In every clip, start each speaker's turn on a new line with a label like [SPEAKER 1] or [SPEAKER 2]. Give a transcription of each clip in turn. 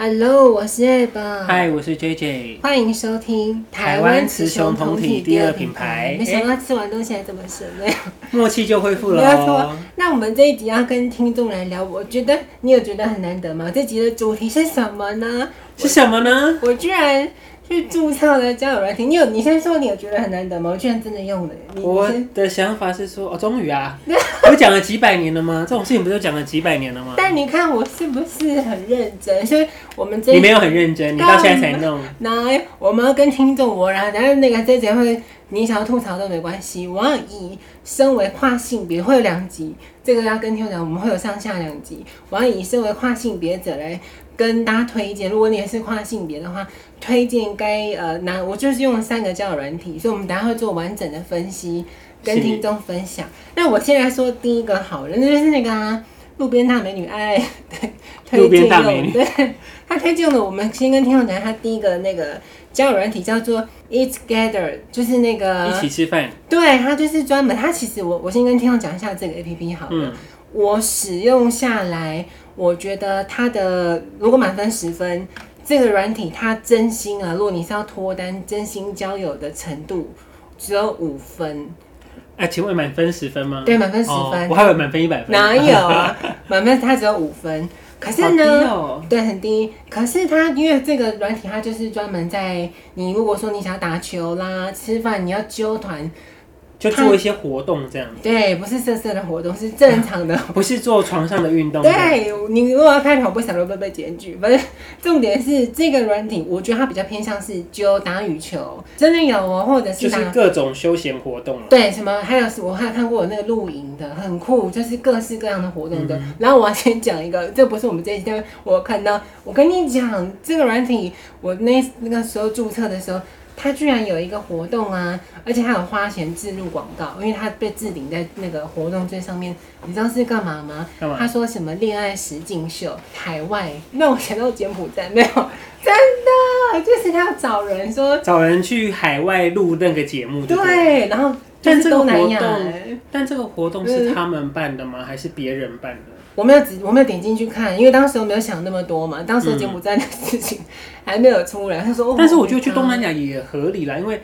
[SPEAKER 1] Hello，我是 a b e
[SPEAKER 2] 嗨，我是 JJ。
[SPEAKER 1] 欢迎收听
[SPEAKER 2] 台湾雌雄同体第二品牌
[SPEAKER 1] 没想到吃完东西还这么神呢。
[SPEAKER 2] 默契就恢复
[SPEAKER 1] 不
[SPEAKER 2] 了
[SPEAKER 1] 要说
[SPEAKER 2] 哦。，
[SPEAKER 1] 那我们这一集要跟听众来聊，我觉得你有觉得很难得吗？这集的主题是什么呢？
[SPEAKER 2] 是什么呢？
[SPEAKER 1] 我居然去注册了交友软体，你有？你先说你有觉得很难得吗？我居然真的用了。你
[SPEAKER 2] 我
[SPEAKER 1] 你先
[SPEAKER 2] 的想法是说，哦，终于啊，我讲了几百年了吗？这种事情不就讲了几百年了吗？
[SPEAKER 1] 但你看我是不是很认真？所以我们这
[SPEAKER 2] 你
[SPEAKER 1] 一
[SPEAKER 2] 没有很认真，你到现在才弄。
[SPEAKER 1] 那我们要跟听众我，然后然后那个这节会你想要吐槽都没关系，我要以身为跨性别会有两集，这个要跟听众讲，我们会有上下两集，我要以身为跨性别者来跟大家推荐，如果你也是跨性别的话，推荐该呃哪，我就是用三个交友软体，所以我们等一下会做完整的分析跟
[SPEAKER 2] 是
[SPEAKER 1] 听众分享。那我先来说第一个好了，那就是那个、啊、路边大美女爱 爱对推荐
[SPEAKER 2] 路边大
[SPEAKER 1] 用
[SPEAKER 2] 美女
[SPEAKER 1] 对。他推荐了我们先跟听众讲，他第一个那个交友软体叫做 Eat Together，就是那个
[SPEAKER 2] 一起吃饭，
[SPEAKER 1] 对，它就是专门，它其实我我先跟听众讲一下这个 A P P 好了。
[SPEAKER 2] 嗯
[SPEAKER 1] 我使用下来，我觉得它的如果满分十分，这个软体它真心啊，如果你是要脱单、真心交友的程度，只有五分，
[SPEAKER 2] 哎、请问满分十分吗？
[SPEAKER 1] 对，满分十
[SPEAKER 2] 哦
[SPEAKER 1] 分，
[SPEAKER 2] 我还以为满分一百分。
[SPEAKER 1] 哪有啊？ 满分它只有五分，可是呢，
[SPEAKER 2] 好低哦
[SPEAKER 1] 对，很低。可是它因为这个软体，它就是专门在你如果说你想要打球啦、吃饭，你要揪团，
[SPEAKER 2] 就做一些活动这样，
[SPEAKER 1] 对，不是色色的活动，是正常的。
[SPEAKER 2] 不是做床上的运动。
[SPEAKER 1] 对你如果要拍头，不想会被被检举。反正重点是这个软体，我觉得它比较偏向是揪打羽球，真的有哦，或者
[SPEAKER 2] 就是
[SPEAKER 1] 打。
[SPEAKER 2] 是各种休闲活动了。
[SPEAKER 1] 对，什么还有是我还有看过有那个露营的，很酷，就是各式各样的活动的。
[SPEAKER 2] 嗯
[SPEAKER 1] 然后我要先讲一个，这不是我们这一期，但我看到，我跟你讲，这个软体，我那那个时候注册的时候，它居然有一个活动啊，而且还有花钱置入广告，因为它被置顶在那个活动最上面。你知道是干嘛吗？
[SPEAKER 2] 干嘛
[SPEAKER 1] 他说什么恋爱实境秀，海外，让我想到柬埔寨，没有，真的，就是他要找人说。
[SPEAKER 2] 找人去海外录那个节目，对不对
[SPEAKER 1] 对，然后就
[SPEAKER 2] 但
[SPEAKER 1] 是
[SPEAKER 2] 这个
[SPEAKER 1] 东
[SPEAKER 2] 活
[SPEAKER 1] 南亚、
[SPEAKER 2] 动，但这个活动
[SPEAKER 1] 嗯
[SPEAKER 2] 是他们办的吗？还是别人办的？
[SPEAKER 1] 我没有只我没有点进去看，因为当时我没有想那么多嘛，当时柬埔寨的事情 还没有出来。他说，哦嗯
[SPEAKER 2] 但是我觉得去东
[SPEAKER 1] 啊
[SPEAKER 2] 南亚也合理啦，因为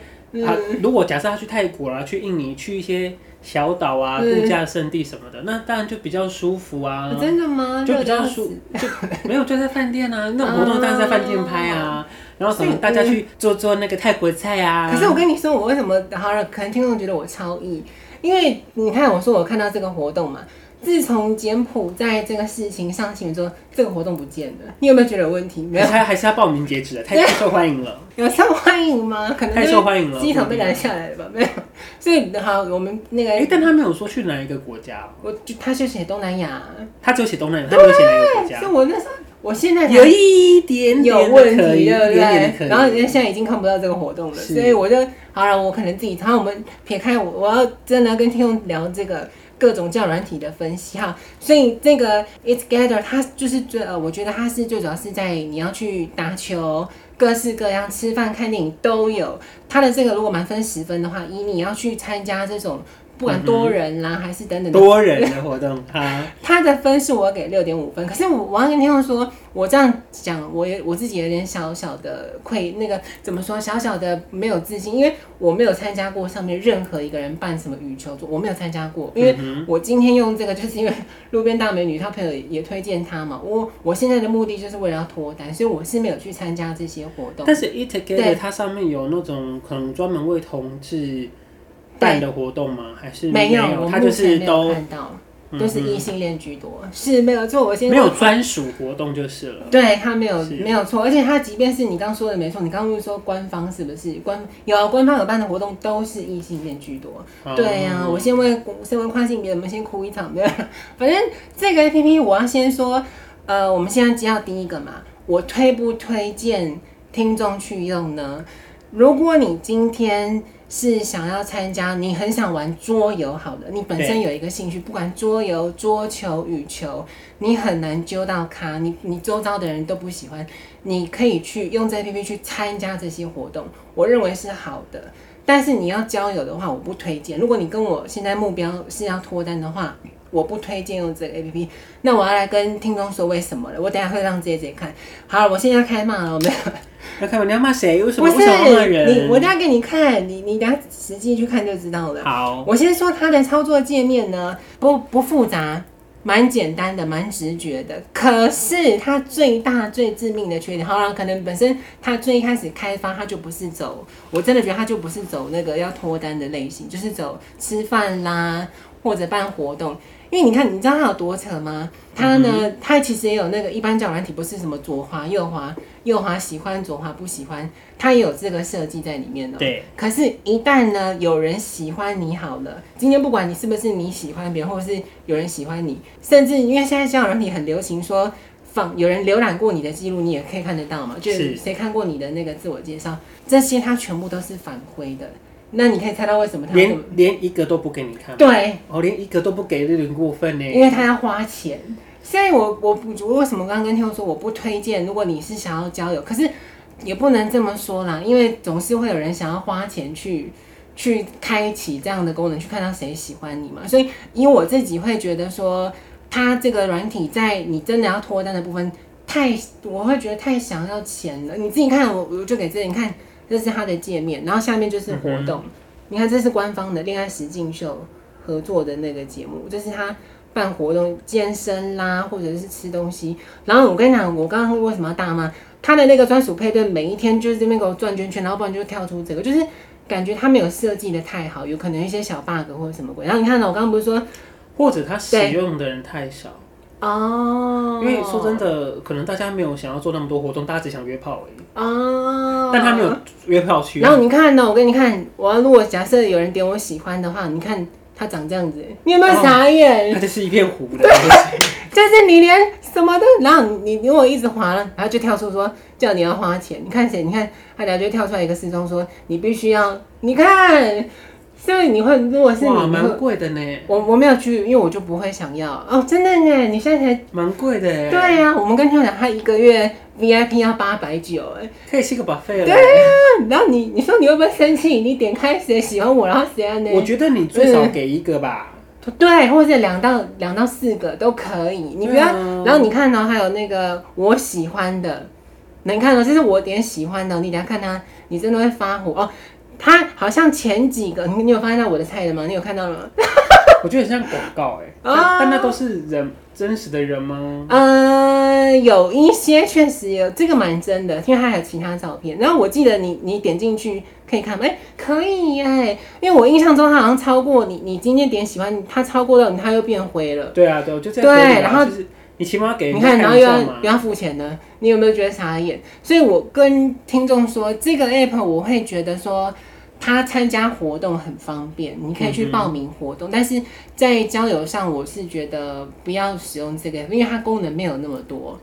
[SPEAKER 2] 啊，如果假设他去泰国啦、去印尼、去一些小岛啊、
[SPEAKER 1] 嗯
[SPEAKER 2] 度假胜地什么的，那当然就比较舒服啊，
[SPEAKER 1] 真的吗？
[SPEAKER 2] 就比
[SPEAKER 1] 热
[SPEAKER 2] 较
[SPEAKER 1] 得要
[SPEAKER 2] 舒
[SPEAKER 1] 死，
[SPEAKER 2] 就没有就在饭店 啊，那种活动当然在饭店拍啊，然后什么大家去做做那个泰国菜啊。
[SPEAKER 1] 可是我跟你说，我为什么好了？可能听众觉得我超意，因为你看我说我看到这个活动嘛，自从柬埔寨这个事情上新闻之后，这个活动不见了。你有没有觉得有问题？没
[SPEAKER 2] 还
[SPEAKER 1] 有
[SPEAKER 2] 是，他还是要报名 截止了，太太受欢迎了。
[SPEAKER 1] 有受欢迎 吗？可能
[SPEAKER 2] 太受欢迎了
[SPEAKER 1] 机场被拦下来了吧？没有，所以好，我们那
[SPEAKER 2] 哎、
[SPEAKER 1] 个，
[SPEAKER 2] 但他没有说去哪一个国家，
[SPEAKER 1] 我就他就写东南亚，啊
[SPEAKER 2] 他只有写东南亚，他没有写哪一个国家
[SPEAKER 1] 所以。我那时候，我现在才
[SPEAKER 2] 有一点点
[SPEAKER 1] 有
[SPEAKER 2] 的
[SPEAKER 1] 问题，
[SPEAKER 2] 可以，
[SPEAKER 1] 对
[SPEAKER 2] 有
[SPEAKER 1] 不
[SPEAKER 2] 一点的可
[SPEAKER 1] 对？
[SPEAKER 2] 以。
[SPEAKER 1] 然后人家现在已经看不到这个活动了，
[SPEAKER 2] 是
[SPEAKER 1] 所以我就好了，我可能自己。然后我们撇开我，我要真的要跟听众聊这个各种教软体的分析哈。所以这个 It's Gather 它就是最呃，我觉得它是最主要是在你要去打球。各式各样，吃饭、看电影都有。它的这个如果满分十分的话，以你要去参加这种不
[SPEAKER 2] 嗯
[SPEAKER 1] 管多人啦、还是等等的
[SPEAKER 2] 多人的活动啊，
[SPEAKER 1] 他的分数我给六点五分，可是我我要跟听众说，我这样讲，我也我自己有点小小的愧，那个怎么说，小小的没有自信，因为我没有参加过上面任何一个人办什么羽球桌，我没有参加过，因为
[SPEAKER 2] 嗯
[SPEAKER 1] 我今天用这个，就是因为路边大美女她朋友也推荐她嘛，我我现在的目的就是为了要脱单，所以我是没有去参加这些活动
[SPEAKER 2] 但。是 Eat
[SPEAKER 1] 对
[SPEAKER 2] Together 它上面有那种可能专门为同志办的活动吗？还是
[SPEAKER 1] 没有，我
[SPEAKER 2] 它
[SPEAKER 1] 目
[SPEAKER 2] 就
[SPEAKER 1] 前
[SPEAKER 2] 是
[SPEAKER 1] 没有
[SPEAKER 2] 都嗯
[SPEAKER 1] 看到，都是异性恋居多，是没有错。我先
[SPEAKER 2] 没有专属活动就是了。
[SPEAKER 1] 对他没有
[SPEAKER 2] 是
[SPEAKER 1] 没有错，而且他即便是你刚说的没错，你刚刚说官方是不是官有啊官方有办的活动都是异性恋居多。
[SPEAKER 2] 嗯
[SPEAKER 1] 对呀、我先为身为跨性别，我们先哭一场，没有啦。 反正这个 A P P 我要先说，呃，我们现在接到第一个嘛，我推不推荐听众去用呢？如果你今天是想要参加，你很想玩桌游，好了，你本身有一个兴趣，不管桌游、桌球、羽球，你很难揪到咖，你你周遭的人都不喜欢，你可以去用这 A P P 去参加这些活动，我认为是好的。但是你要交友的话，我不推荐。如果你跟我现在目标是要脱单的话，我不推荐用这个 APP。那我要来跟听众说为什么了，我等一下会让姐姐看。好，我现在要开骂了，我们
[SPEAKER 2] 要看我你要骂谁？为什么
[SPEAKER 1] 不
[SPEAKER 2] 为什么要骂
[SPEAKER 1] 是你，
[SPEAKER 2] 人？
[SPEAKER 1] 我等一下给你看，你你等一下实际去看就知道了。
[SPEAKER 2] 好，
[SPEAKER 1] 我先说它的操作界面呢，不不复杂，蛮简单的，蛮直觉的。可是它最大最致命的缺点，好了，可能本身它最一开始开发，它就不是走，我真的觉得它就不是走那个要脱单的类型，就是走吃饭啦或者办活动。因为你看，你知道它有多扯吗？它呢，它其实也有那个一般交友软体，不是什么左滑右滑，右滑喜欢左滑不喜欢，它也有这个设计在里面哦、
[SPEAKER 2] 对，
[SPEAKER 1] 可是，一旦呢有人喜欢你好了，今天不管你是不是你喜欢别人，或者是有人喜欢你，甚至因为现在交友软体很流行说放有人浏览过你的记录，你也可以看得到嘛，就是
[SPEAKER 2] 是
[SPEAKER 1] 谁看过你的那个自我介绍，这些它全部都是反馈的。那你可以猜到为什么它会这么
[SPEAKER 2] 连连一个都不给你看，，
[SPEAKER 1] 对，
[SPEAKER 2] 哦，连一个都不给，有点过分呢。
[SPEAKER 1] 因为它要花钱。所以我我不我为什么刚刚跟听众说我不推荐，如果你是想要交友，可是也不能这么说啦，因为总是会有人想要花钱去去开启这样的功能，去看到谁喜欢你嘛。所以以我自己会觉得说，它这个软体在你真的要脱单的部分，太我会觉得太想要钱了。你自己看我，我就给自己看，这是它的界面，然后下面就是活动。你看，这是官方的恋爱实境秀合作的那个节目，这是他办活动、健身啦，或者是吃东西。然后我跟你讲，我刚刚为什么要大骂他的那个专属配对，每一天就是这边给我转圈圈，然后不然就跳出这个，就是感觉他没有设计的太好，有可能一些小 bug 或者什么鬼。然后你看呢，我刚刚不是说
[SPEAKER 2] 或者他使用的人太少，
[SPEAKER 1] 哦，
[SPEAKER 2] 因为说真的，可能大家没有想要做那么多活动，大家只想约炮而已。
[SPEAKER 1] 哦，
[SPEAKER 2] 但他没有啊约炮区
[SPEAKER 1] 然，后你看呢，我跟你看，我要如果假设有人点我喜欢的话，你看他长这样子，你有没有傻眼？
[SPEAKER 2] 它就是一片湖的东西。
[SPEAKER 1] 就是你连什么都，然后你你如果一直滑了，然后就跳出说叫你要花钱，你看谁？你看他俩就跳出来一个时钟说你必须要，你看，所以你会如果 是你你
[SPEAKER 2] 哇，
[SPEAKER 1] 会
[SPEAKER 2] 蛮，贵的呢，
[SPEAKER 1] 我我没有去，因为我就不会想要哦，真的耶，你现在才
[SPEAKER 2] 蛮贵的耶，
[SPEAKER 1] 对呀、我们跟他讲他一个月 VIP 要八百九哎，
[SPEAKER 2] 可以吃个 buffet 了。
[SPEAKER 1] 然后你你说你会不会生气？你点开谁喜欢我，然后谁按呢？
[SPEAKER 2] 我觉得你最少给一个吧。
[SPEAKER 1] 对，或者两到两到四个都可以，你不要。
[SPEAKER 2] 对啊
[SPEAKER 1] 然后你看到、还有那个我喜欢的，能看到、这是我点喜欢的，你等下看他，你真的会发火哦。他好像前几个，你你有发现到我的菜了吗？你有看到了吗？
[SPEAKER 2] 我觉得很像广告哎、
[SPEAKER 1] 嗯
[SPEAKER 2] 但
[SPEAKER 1] 啊
[SPEAKER 2] 但那都是人真实的人吗？
[SPEAKER 1] 嗯，有一些确实有，这个蛮真的，因为它还有其他照片。然后我记得你你点进去可以看吗，哎、可以耶、因为我印象中它好像超过你，你今天点喜欢它超过到你，它又变灰了。
[SPEAKER 2] 对啊，对，我就这样
[SPEAKER 1] 对
[SPEAKER 2] 合理啊
[SPEAKER 1] 然后
[SPEAKER 2] 就是你起码要给
[SPEAKER 1] 你
[SPEAKER 2] 人家
[SPEAKER 1] 看，然后
[SPEAKER 2] 看
[SPEAKER 1] 又
[SPEAKER 2] 一
[SPEAKER 1] 要
[SPEAKER 2] 下
[SPEAKER 1] 又
[SPEAKER 2] 嘛。
[SPEAKER 1] 要付钱呢，你有没有觉得傻眼？所以我跟听众说，这个 app 我会觉得说，它参加活动很方便，你可以去报名活
[SPEAKER 2] 嗯
[SPEAKER 1] 动，但是在交友上，我是觉得不要使用这个，因为它功能没有那么多。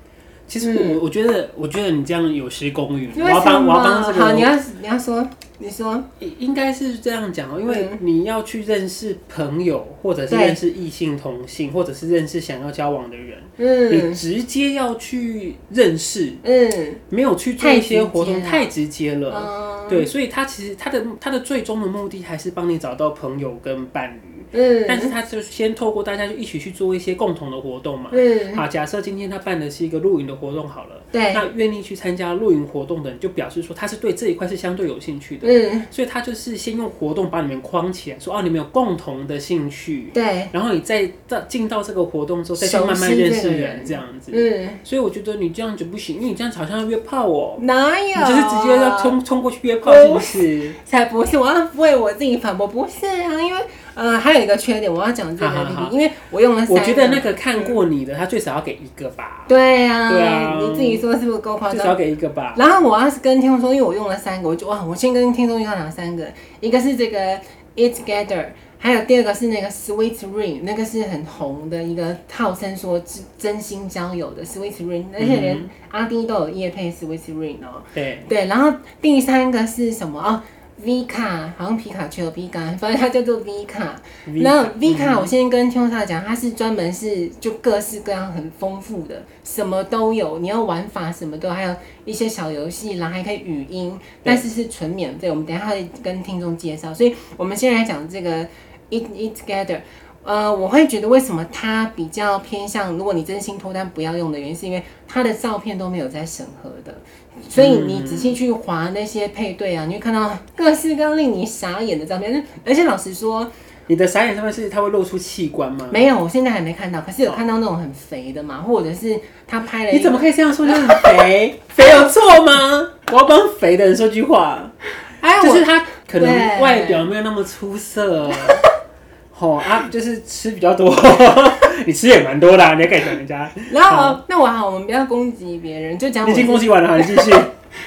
[SPEAKER 2] 其实我我觉得，我觉得你这样有失公允。我
[SPEAKER 1] 嗯为
[SPEAKER 2] 要
[SPEAKER 1] 什
[SPEAKER 2] 帮，我
[SPEAKER 1] 么？
[SPEAKER 2] 要帮这
[SPEAKER 1] 好，你
[SPEAKER 2] 个。
[SPEAKER 1] 要你要说，你说，
[SPEAKER 2] 应应该是这样讲哦，因为
[SPEAKER 1] 嗯
[SPEAKER 2] 你要去认识朋友，或者是
[SPEAKER 1] 对
[SPEAKER 2] 认识异性同性，或者是认识想要交往的人，你
[SPEAKER 1] 嗯
[SPEAKER 2] 直接要去认识，
[SPEAKER 1] 嗯
[SPEAKER 2] 没有去做
[SPEAKER 1] 太
[SPEAKER 2] 一
[SPEAKER 1] 直
[SPEAKER 2] 些活
[SPEAKER 1] 接
[SPEAKER 2] 动，
[SPEAKER 1] 了
[SPEAKER 2] 太直接了。
[SPEAKER 1] 嗯
[SPEAKER 2] 对，所以他其实他的他的最终的目的还是帮你找到朋友跟伴侣，但
[SPEAKER 1] 嗯
[SPEAKER 2] 是他就是先透过大家就一起去做一些共同的活动嘛。
[SPEAKER 1] 嗯，
[SPEAKER 2] 好，假设今天他办的是一个露营的活动好了，
[SPEAKER 1] 对，
[SPEAKER 2] 那愿意去参加露营活动的人，就表示说他是对这一块是相对有兴趣的，
[SPEAKER 1] 嗯
[SPEAKER 2] 所以他就是先用活动把你们框起来，说哦你们有共同的兴趣，
[SPEAKER 1] 对，
[SPEAKER 2] 然后你再到进到这个活动之后，再去
[SPEAKER 1] 熟
[SPEAKER 2] 慢慢
[SPEAKER 1] 悉
[SPEAKER 2] 认
[SPEAKER 1] 这个
[SPEAKER 2] 识
[SPEAKER 1] 人
[SPEAKER 2] 人这样子。
[SPEAKER 1] 嗯，
[SPEAKER 2] 所以我觉得你这样子不行，因为你这样子好像要约炮哦、
[SPEAKER 1] 哪有？
[SPEAKER 2] 你就是直
[SPEAKER 1] 哎
[SPEAKER 2] 接要冲冲过去约炮，是不是？
[SPEAKER 1] 才不是，我要为我自己反驳，不是啊，因为呃，还有一个缺点，我要讲这个 A
[SPEAKER 2] 好
[SPEAKER 1] P
[SPEAKER 2] 好
[SPEAKER 1] P，
[SPEAKER 2] 好
[SPEAKER 1] 因为我用了三
[SPEAKER 2] 我觉得那个看过你的，他最少要给一个吧，
[SPEAKER 1] 对啊，
[SPEAKER 2] 对啊
[SPEAKER 1] 你自己说是不是够夸
[SPEAKER 2] 最少要
[SPEAKER 1] 张？
[SPEAKER 2] 给一个吧。
[SPEAKER 1] 然后我要是跟听众说，因为我用了三个，我就哇，我先跟听众要哪三个？一个是这个 It Together，还有第二个是那个 Sweet Ring，那个是很红的一个号称说真真心交友的 Sweet Ring，而且连阿丁都有夜配 Sweet Ring 哦。
[SPEAKER 2] 对，
[SPEAKER 1] 对，然后第三个是什么？哦，V 卡，好像皮卡丘有 V 卡，反正它叫做 V 卡。然后 V 卡，嗯我先跟听众大讲，它是专门是就各式各样很丰富的，什么都有，你要玩法什么都有，还有一些小游戏啦，还可以语音，但是是纯免费。我们等一下会跟听众介绍，所以我们先来讲这个 It It Together。呃，我会觉得为什么它比较偏向，如果你真心脱单不要用的原因，是因为它的照片都没有在审核的，所以你仔细去划那些配对啊，你会看到各式各样令你傻眼的照片。而且老实说，
[SPEAKER 2] 你的傻眼上面是它会露出器官吗？
[SPEAKER 1] 没有，我现在还没看到，可是有看到那种很肥的嘛，或者是他拍了一
[SPEAKER 2] 你怎么可以这样说你很肥？肥有错吗？我要帮肥的人说句话，
[SPEAKER 1] 哎，我
[SPEAKER 2] 就是他可能
[SPEAKER 1] 对
[SPEAKER 2] 外表没有那么 出色，吼啊，就是吃比较多， 你吃也蛮多的、啊，你要敢讲人家，
[SPEAKER 1] 然后那我好，我们不要攻击别人，就讲
[SPEAKER 2] 你已
[SPEAKER 1] 我
[SPEAKER 2] 经
[SPEAKER 1] 自
[SPEAKER 2] 恭喜完了，你继续。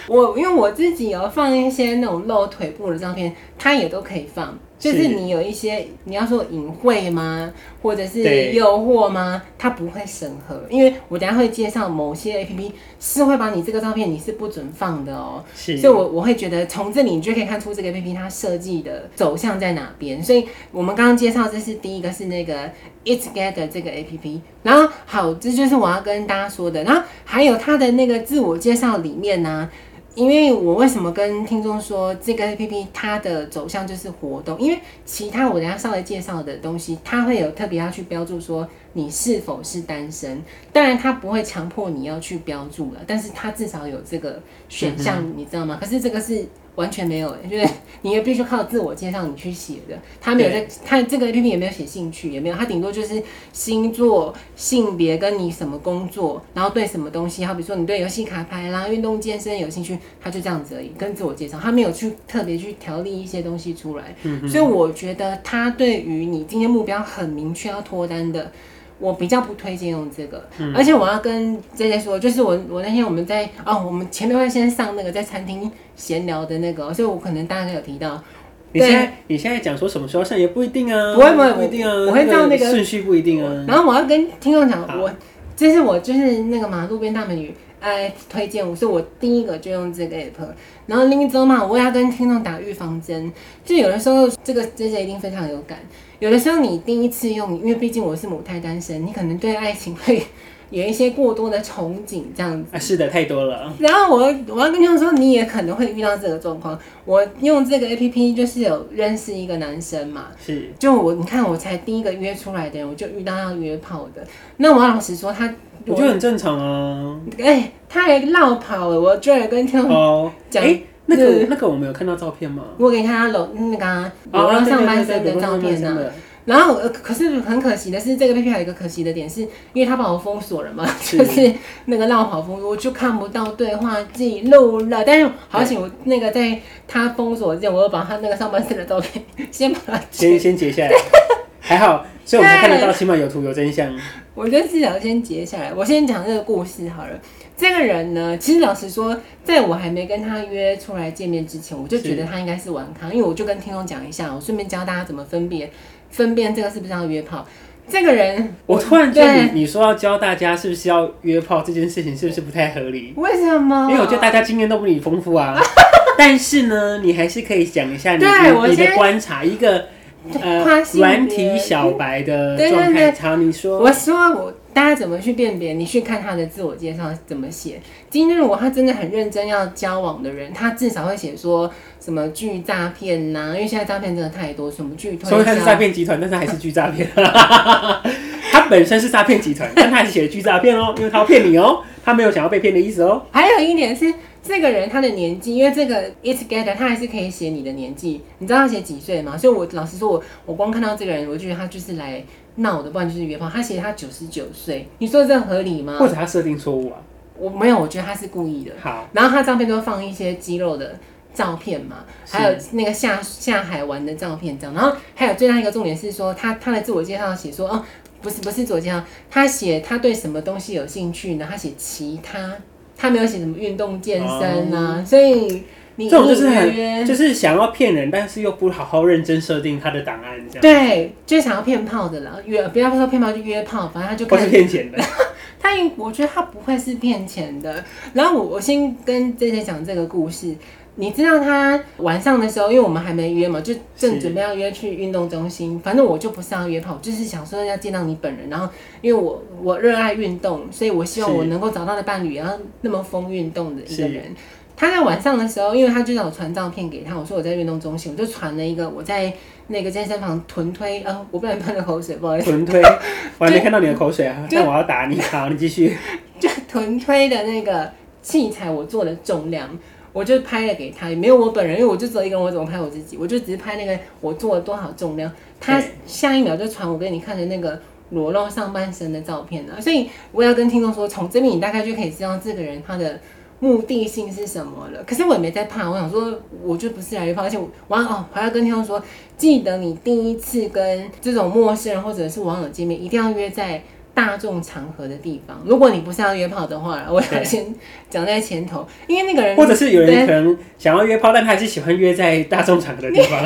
[SPEAKER 1] 我因为我自己有放一些那种露腿部的照片，它也都可以放。就是
[SPEAKER 2] 是
[SPEAKER 1] 你有一些你要说隐晦吗，或者是
[SPEAKER 2] 对
[SPEAKER 1] 诱惑吗，它不会审核，因为我等一下会介绍某些 A P P 是会把你这个照片你是不准放的哦、
[SPEAKER 2] 是
[SPEAKER 1] 所以我，我会觉得从这里你就可以看出这个 A P P 它设计的走向在哪边。所以我们刚刚介绍这是第一个是那个 It Together 这个 A P P，然后好，这就是我要跟大家说的。然后还有它的那个自我介绍里面呢、因为我为什么跟听众说这个 A P P 它的走向就是活动，因为其他我等一下稍微介绍的东西，它会有特别要去标注说你是否是单身，当然它不会强迫你要去标注了，但是它至少有这个选项，你知道吗？可是这个是完全没有、就是你也必须靠自我介绍你去写的，它没有在它这个 A P P 也没有写兴趣，也没有，它顶多就是星座、性别跟你什么工作，然后对什么东西，好比说你对游戏卡牌啦、运动健身有兴趣，他就这样子而已，跟自我介绍，他没有去特别去调理一些东西出来。所以我觉得他对于你今天目标很明确要脱单的。我比较不推荐用这个，而且我要跟 J J 说，就是我我那天我们在哦，我们前面会先上那个在餐厅闲聊的那个哦，所以我可能大概有提到，
[SPEAKER 2] 你现在你现在讲说什么时候上也不一定啊，
[SPEAKER 1] 不会不会
[SPEAKER 2] 不一定啊，
[SPEAKER 1] 我我会照那个
[SPEAKER 2] 顺序不一定啊。
[SPEAKER 1] 然后我要跟听众讲，
[SPEAKER 2] 好
[SPEAKER 1] 我这是我就是那个嘛路边大美女呃推荐我，所以我第一个就用这个 app。然后另一周嘛，我也要跟听众打预防针，就有的时候这个这些一定非常有感。有的时候你第一次用，因为毕竟我是母胎单身，你可能对爱情会有一些过多的憧憬这样子。
[SPEAKER 2] 啊，是的，太多了。
[SPEAKER 1] 然后我我要跟听众说，你也可能会遇到这个状况。我用这个 A P P 就是有认识一个男生嘛，
[SPEAKER 2] 是，
[SPEAKER 1] 就我，你看，我才第一个约出来的人，我就遇到要约炮的。那我要老实说，他，
[SPEAKER 2] 我觉得很正常啊。
[SPEAKER 1] 哎、他还绕跑了，我居然跟听众，
[SPEAKER 2] 哦，
[SPEAKER 1] 嗯讲
[SPEAKER 2] 哎，那
[SPEAKER 1] 对
[SPEAKER 2] 个那个我们有看到照片吗？
[SPEAKER 1] 我给你看他裸那个啊裸
[SPEAKER 2] 哦
[SPEAKER 1] 露
[SPEAKER 2] 对对
[SPEAKER 1] 上半
[SPEAKER 2] 对对
[SPEAKER 1] 身的
[SPEAKER 2] 裸
[SPEAKER 1] 照
[SPEAKER 2] 上
[SPEAKER 1] 片
[SPEAKER 2] 半身
[SPEAKER 1] 呢、啊。
[SPEAKER 2] 的
[SPEAKER 1] 然后，呃，可是很可惜的是，这个 A P P 还有一个可惜的点是，因为他把我封锁了嘛，
[SPEAKER 2] 是
[SPEAKER 1] 就是那个绕跑封锁，我就看不到对话记录了。但是好险，我那个在他封锁之前，我又把他那个上半身的照片 先把它
[SPEAKER 2] 先先截下来，还好，所以我们看得到，起码有图有真相。
[SPEAKER 1] 我觉得至少先截下来。我先讲这个故事好了。这个人呢，其实老实说，在我还没跟他约出来见面之前，我就觉得他应该是玩咖，因为我就跟听众讲一下，我顺便教大家怎么分辨分辨这个是不是要约炮。这个人，
[SPEAKER 2] 我突然觉得
[SPEAKER 1] 对
[SPEAKER 2] 你你说要教大家是不是要约炮这件事情，是不是不太合理？
[SPEAKER 1] 为什么？
[SPEAKER 2] 因为我觉得大家经验都比你丰 富啊。但是呢，你还是可以讲一下你
[SPEAKER 1] 对我
[SPEAKER 2] 你你
[SPEAKER 1] 现在
[SPEAKER 2] 的观察，一个
[SPEAKER 1] 跨
[SPEAKER 2] 呃
[SPEAKER 1] 性别
[SPEAKER 2] 软体小白的
[SPEAKER 1] 对对
[SPEAKER 2] 状
[SPEAKER 1] 对
[SPEAKER 2] 态。好，你说
[SPEAKER 1] 我说我大家怎么去辨别？你去看他的自我介绍怎么写。今天如果他真的很认真要交往的人，他至少会写说什么拒诈骗呐、因为现在诈骗真的太多，什么拒推
[SPEAKER 2] 虽然他是
[SPEAKER 1] 销啊
[SPEAKER 2] 诈骗集团，但是还是巨诈骗。 他本身是诈骗集团，但他还是写了巨诈骗哦，因为他要骗你哦，他没有想要被骗的意思哦。
[SPEAKER 1] 还有一点是，这个人他的年纪，因为这个 it's gather，他还是可以写你的年纪。你知道他写几岁吗？所以我老实说我，我光看到这个人，我就觉得他就是来闹的，不然就是约炮。他写他九十九岁，你说这合理吗
[SPEAKER 2] 或？者他设定错误啊。
[SPEAKER 1] 我没有，我觉得他是故意的。
[SPEAKER 2] 好，
[SPEAKER 1] 然后他照片都放一些肌肉的照片嘛，
[SPEAKER 2] 是
[SPEAKER 1] 还有那个下下海玩的照片这样。然后还有最大一个重点是说，他他的自我介绍写说，哦，不是不是自我介绍，他写他对什么东西有兴趣呢？他写其他，他没有写什么运动健身啊，所以你
[SPEAKER 2] 哦这种就是
[SPEAKER 1] 隐隐约
[SPEAKER 2] 很
[SPEAKER 1] 约
[SPEAKER 2] 就是想要骗人，但是又不好好认真设定他的档案，这样
[SPEAKER 1] 对，就想要骗炮的啦，约不要说骗炮就约炮，反正他就
[SPEAKER 2] 或
[SPEAKER 1] 看
[SPEAKER 2] 哦是骗钱 的。
[SPEAKER 1] 他应，我觉得他不会是骗钱的。然后我我先跟 J J 讲这个故事。你知道他晚上的时候，因为我们还没约嘛，就正
[SPEAKER 2] 是
[SPEAKER 1] 准备要约去运动中心。反正我就不是要约炮，我就是想说要见到你本人。然后因为我我热爱运动，所以我希望
[SPEAKER 2] 是
[SPEAKER 1] 我能够找到的伴侣，然后那么疯运动的一个
[SPEAKER 2] 是
[SPEAKER 1] 人。他在晚上的时候，因为他就让我传照片给他，我说我在运动中心，我就传了一个我在那个健身房臀推，呃，我不能喷了口水，不好意思，
[SPEAKER 2] 臀推，我还没看到你的口水啊，
[SPEAKER 1] 对
[SPEAKER 2] 但我要打你，好，你继续。
[SPEAKER 1] 就臀推的那个器材我做的重量，我就拍了给他，也没有我本人，因为我就只有一个人，我怎么拍我自己？我就只是拍那个我做了多少重量，他
[SPEAKER 2] 对
[SPEAKER 1] 下一秒就传我给你看的那个裸露上半身的照片啊，所以我要跟听众说，从这边你大概就可以知道这个人他的。目的性是什么了？可是我也没在怕，我想说，我就不是来约炮，而且我我要哦，还要跟听众说，记得你第一次跟这种陌生人或者是网友见面，一定要约在大众场合的地方。如果你不是要约炮的话，我要
[SPEAKER 2] 对
[SPEAKER 1] 先讲在前头，因为那个人
[SPEAKER 2] 或者是有人
[SPEAKER 1] 对
[SPEAKER 2] 可能想要约炮，但他还是喜欢约在大众场合的地 方，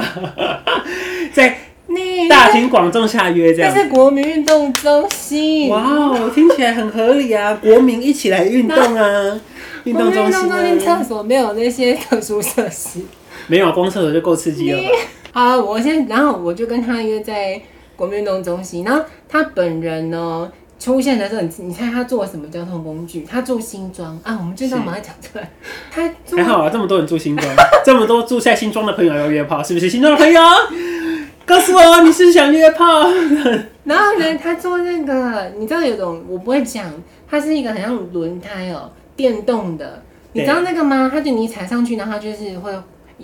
[SPEAKER 2] 在
[SPEAKER 1] 你
[SPEAKER 2] 大庭广众下约这
[SPEAKER 1] 那
[SPEAKER 2] 样。
[SPEAKER 1] 是国民运动中心，
[SPEAKER 2] 哇哦，听起来很合理啊！国民一起来运动 啊，运动中
[SPEAKER 1] 国
[SPEAKER 2] 心
[SPEAKER 1] 民运动中心
[SPEAKER 2] 啊
[SPEAKER 1] 厕，所没有那些特殊设施。
[SPEAKER 2] 没有光厕所就够刺激了吧？
[SPEAKER 1] 好，我现在，然后我就跟他约在国民运动中心，然后他本人呢出现的时候，你你猜他坐什么交通工具？他住新庄啊，我们就这样
[SPEAKER 2] 是
[SPEAKER 1] 马上讲出来。他住
[SPEAKER 2] 还好啊，这么多人住新庄， 这么多住在新庄的朋友要约炮，是不是？新庄的 朋友，告诉我你是不是想约炮？
[SPEAKER 1] 然后呢，他做那个，你知道有种我不会讲，它是一个很像轮胎哦，电动的，你
[SPEAKER 2] 对
[SPEAKER 1] 知道那个吗？它就你踩上去，然后它就是会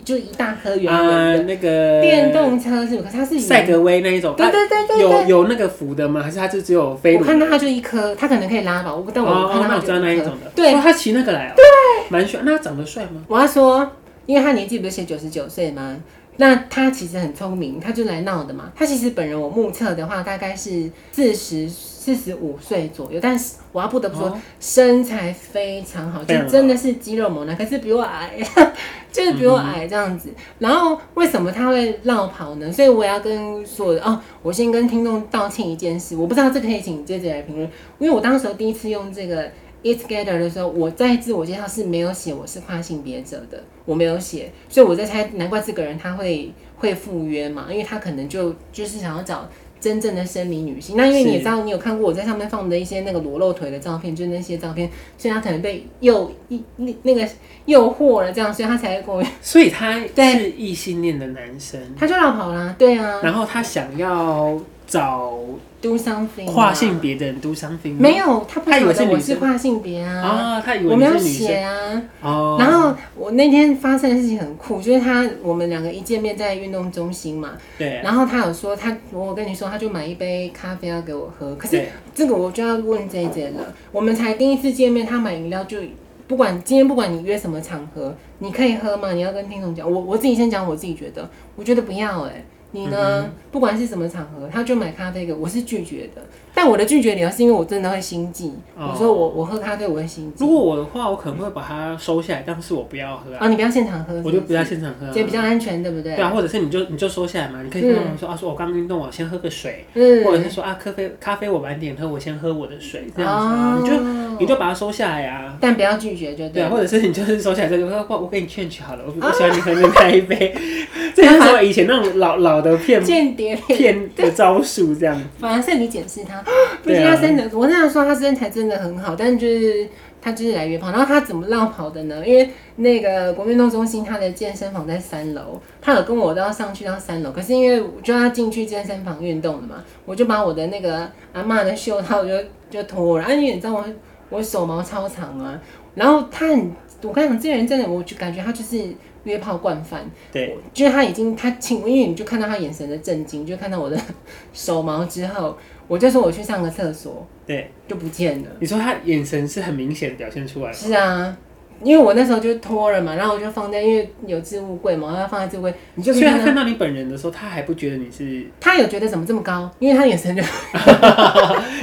[SPEAKER 1] 就一大颗圆
[SPEAKER 2] 啊，
[SPEAKER 1] 圆的、
[SPEAKER 2] 那个
[SPEAKER 1] 电动车是不是？可是它是圆
[SPEAKER 2] 赛，格威那一种，啊
[SPEAKER 1] 对对对对
[SPEAKER 2] 有
[SPEAKER 1] 对。
[SPEAKER 2] 有那个浮的吗？还是它就只有飞
[SPEAKER 1] 我
[SPEAKER 2] 轮？
[SPEAKER 1] 看到它就一颗，它可能可以拉吧，我不但我
[SPEAKER 2] 哦，
[SPEAKER 1] 看到
[SPEAKER 2] 那
[SPEAKER 1] 它
[SPEAKER 2] 我
[SPEAKER 1] 就
[SPEAKER 2] 知道那一
[SPEAKER 1] 颗
[SPEAKER 2] 种的。
[SPEAKER 1] 对
[SPEAKER 2] 哦，他骑那个来哦，对，蛮帅。那他长得帅吗？
[SPEAKER 1] 我要说，因为他年纪不是写九十九岁吗？那他其实很聪明，他就来闹的嘛。他其实本人我目测的话，大概是四十四十五岁左右，但是我要不得不说，
[SPEAKER 2] 哦
[SPEAKER 1] 身材非常好，就
[SPEAKER 2] 非常好
[SPEAKER 1] 真的是肌肉猛男，可是比我矮， 就是比我
[SPEAKER 2] 嗯
[SPEAKER 1] 矮这样子。然后为什么他会绕跑呢？所以我也要跟所有的哦，我先跟听众道歉一件事，我不知道这可以请姐姐来评论，因为我当时候第一次用这个 It Together 的时候，我在自我介绍是没有写我是跨性别者的，我没有写，所以我在猜，难怪这个人他会会赴约嘛，因为他可能就就是想要找。真正的生理女性，那因为你也
[SPEAKER 2] 是
[SPEAKER 1] 知道，你有看过我在上面放的一些那个裸露腿的照片，就是那些照片，所以他可能被诱一那那个诱惑了，这样，所以他才会跟我，
[SPEAKER 2] 所以他是
[SPEAKER 1] 对
[SPEAKER 2] 异性恋的男生，
[SPEAKER 1] 他就绕跑啦，对啊
[SPEAKER 2] 然后他想要找
[SPEAKER 1] ，do something，
[SPEAKER 2] 跨性别的人 do something，吗
[SPEAKER 1] 啊没有，他不
[SPEAKER 2] 他以
[SPEAKER 1] 晓
[SPEAKER 2] 为
[SPEAKER 1] 得
[SPEAKER 2] 是
[SPEAKER 1] 我
[SPEAKER 2] 女
[SPEAKER 1] 是
[SPEAKER 2] 生
[SPEAKER 1] 跨性别啊，
[SPEAKER 2] 啊，他以
[SPEAKER 1] 我
[SPEAKER 2] 为
[SPEAKER 1] 没
[SPEAKER 2] 你
[SPEAKER 1] 有
[SPEAKER 2] 是女
[SPEAKER 1] 写
[SPEAKER 2] 生
[SPEAKER 1] 啊，
[SPEAKER 2] 哦，
[SPEAKER 1] 然后我那天发生的事情很酷，就是他我们两个一见面在运动中心嘛，
[SPEAKER 2] 对
[SPEAKER 1] 然后他有说他我跟你说他就买一杯咖啡要给我喝，可是
[SPEAKER 2] 对
[SPEAKER 1] 这个我就要问 J J 了，我们才第一次见面，他买饮料就不管今天不管你约什么场合，你可以喝吗？你要跟听众讲，我我自己先讲我自己觉得，我觉得不要哎、你
[SPEAKER 2] 嗯
[SPEAKER 1] 呢？不管是什么场合，他就买咖啡给我，我是拒绝的。但我的拒绝理由是因为我真的会心悸。
[SPEAKER 2] 哦
[SPEAKER 1] 我说我我喝咖啡我会心悸。
[SPEAKER 2] 如果我的话，我可能会把它收下来，但是我不要喝啊，
[SPEAKER 1] 啊，你不要现场喝是是，
[SPEAKER 2] 我就不要现场喝啊，
[SPEAKER 1] 这比较安全，对不对？
[SPEAKER 2] 对啊，或者是你就你就收下来嘛，你可以跟他们说啊，说我刚运动，我先喝个水，
[SPEAKER 1] 嗯，
[SPEAKER 2] 或者是说啊，咖啡咖啡我晚点喝，我先喝我的水这样子啊，你就
[SPEAKER 1] 哦
[SPEAKER 2] 你就把它收下来啊。
[SPEAKER 1] 但不要拒绝就
[SPEAKER 2] 对
[SPEAKER 1] 对啊
[SPEAKER 2] 啊，
[SPEAKER 1] 了。
[SPEAKER 2] 或者是你就是收起来这个，我我给你劝取好了，我我喜欢你喝那那一杯， 这是什么以前那种老老的 骗
[SPEAKER 1] 间谍脸，
[SPEAKER 2] 骗的招数这样。
[SPEAKER 1] 反而是你检视他，毕
[SPEAKER 2] 对
[SPEAKER 1] 竟
[SPEAKER 2] 啊
[SPEAKER 1] 他身材，我那样说他身材真的很好，但就是他就是来约炮，然后他怎么绕跑的呢？因为那个国民运动中心他的健身房在三楼，他有跟我都要上去到三楼，可是因为我就要进去健身房运动的嘛，我就把我的那个阿嬷的袖套就就脱了，啊，因为你知道我我手毛超长啊，然后他很，我跟你讲，这个人真的，我就感觉他就是约炮惯犯。
[SPEAKER 2] 对，
[SPEAKER 1] 就是他已经他请，因为你就看到他眼神的震惊，就看到我的 手毛之后，我就说我去上个厕所，
[SPEAKER 2] 对，
[SPEAKER 1] 就不见了。
[SPEAKER 2] 你说他眼神是很明显地表现出来的，
[SPEAKER 1] 是啊，因为我那时候就脱了嘛，然后我就放在，因为有置物柜嘛，我要放在置物柜，你就可
[SPEAKER 2] 所
[SPEAKER 1] 以
[SPEAKER 2] 以他
[SPEAKER 1] 看
[SPEAKER 2] 看
[SPEAKER 1] 到。
[SPEAKER 2] 到你本人的时候，他还不觉得你是
[SPEAKER 1] 他有觉得怎么这么高，因为他眼神就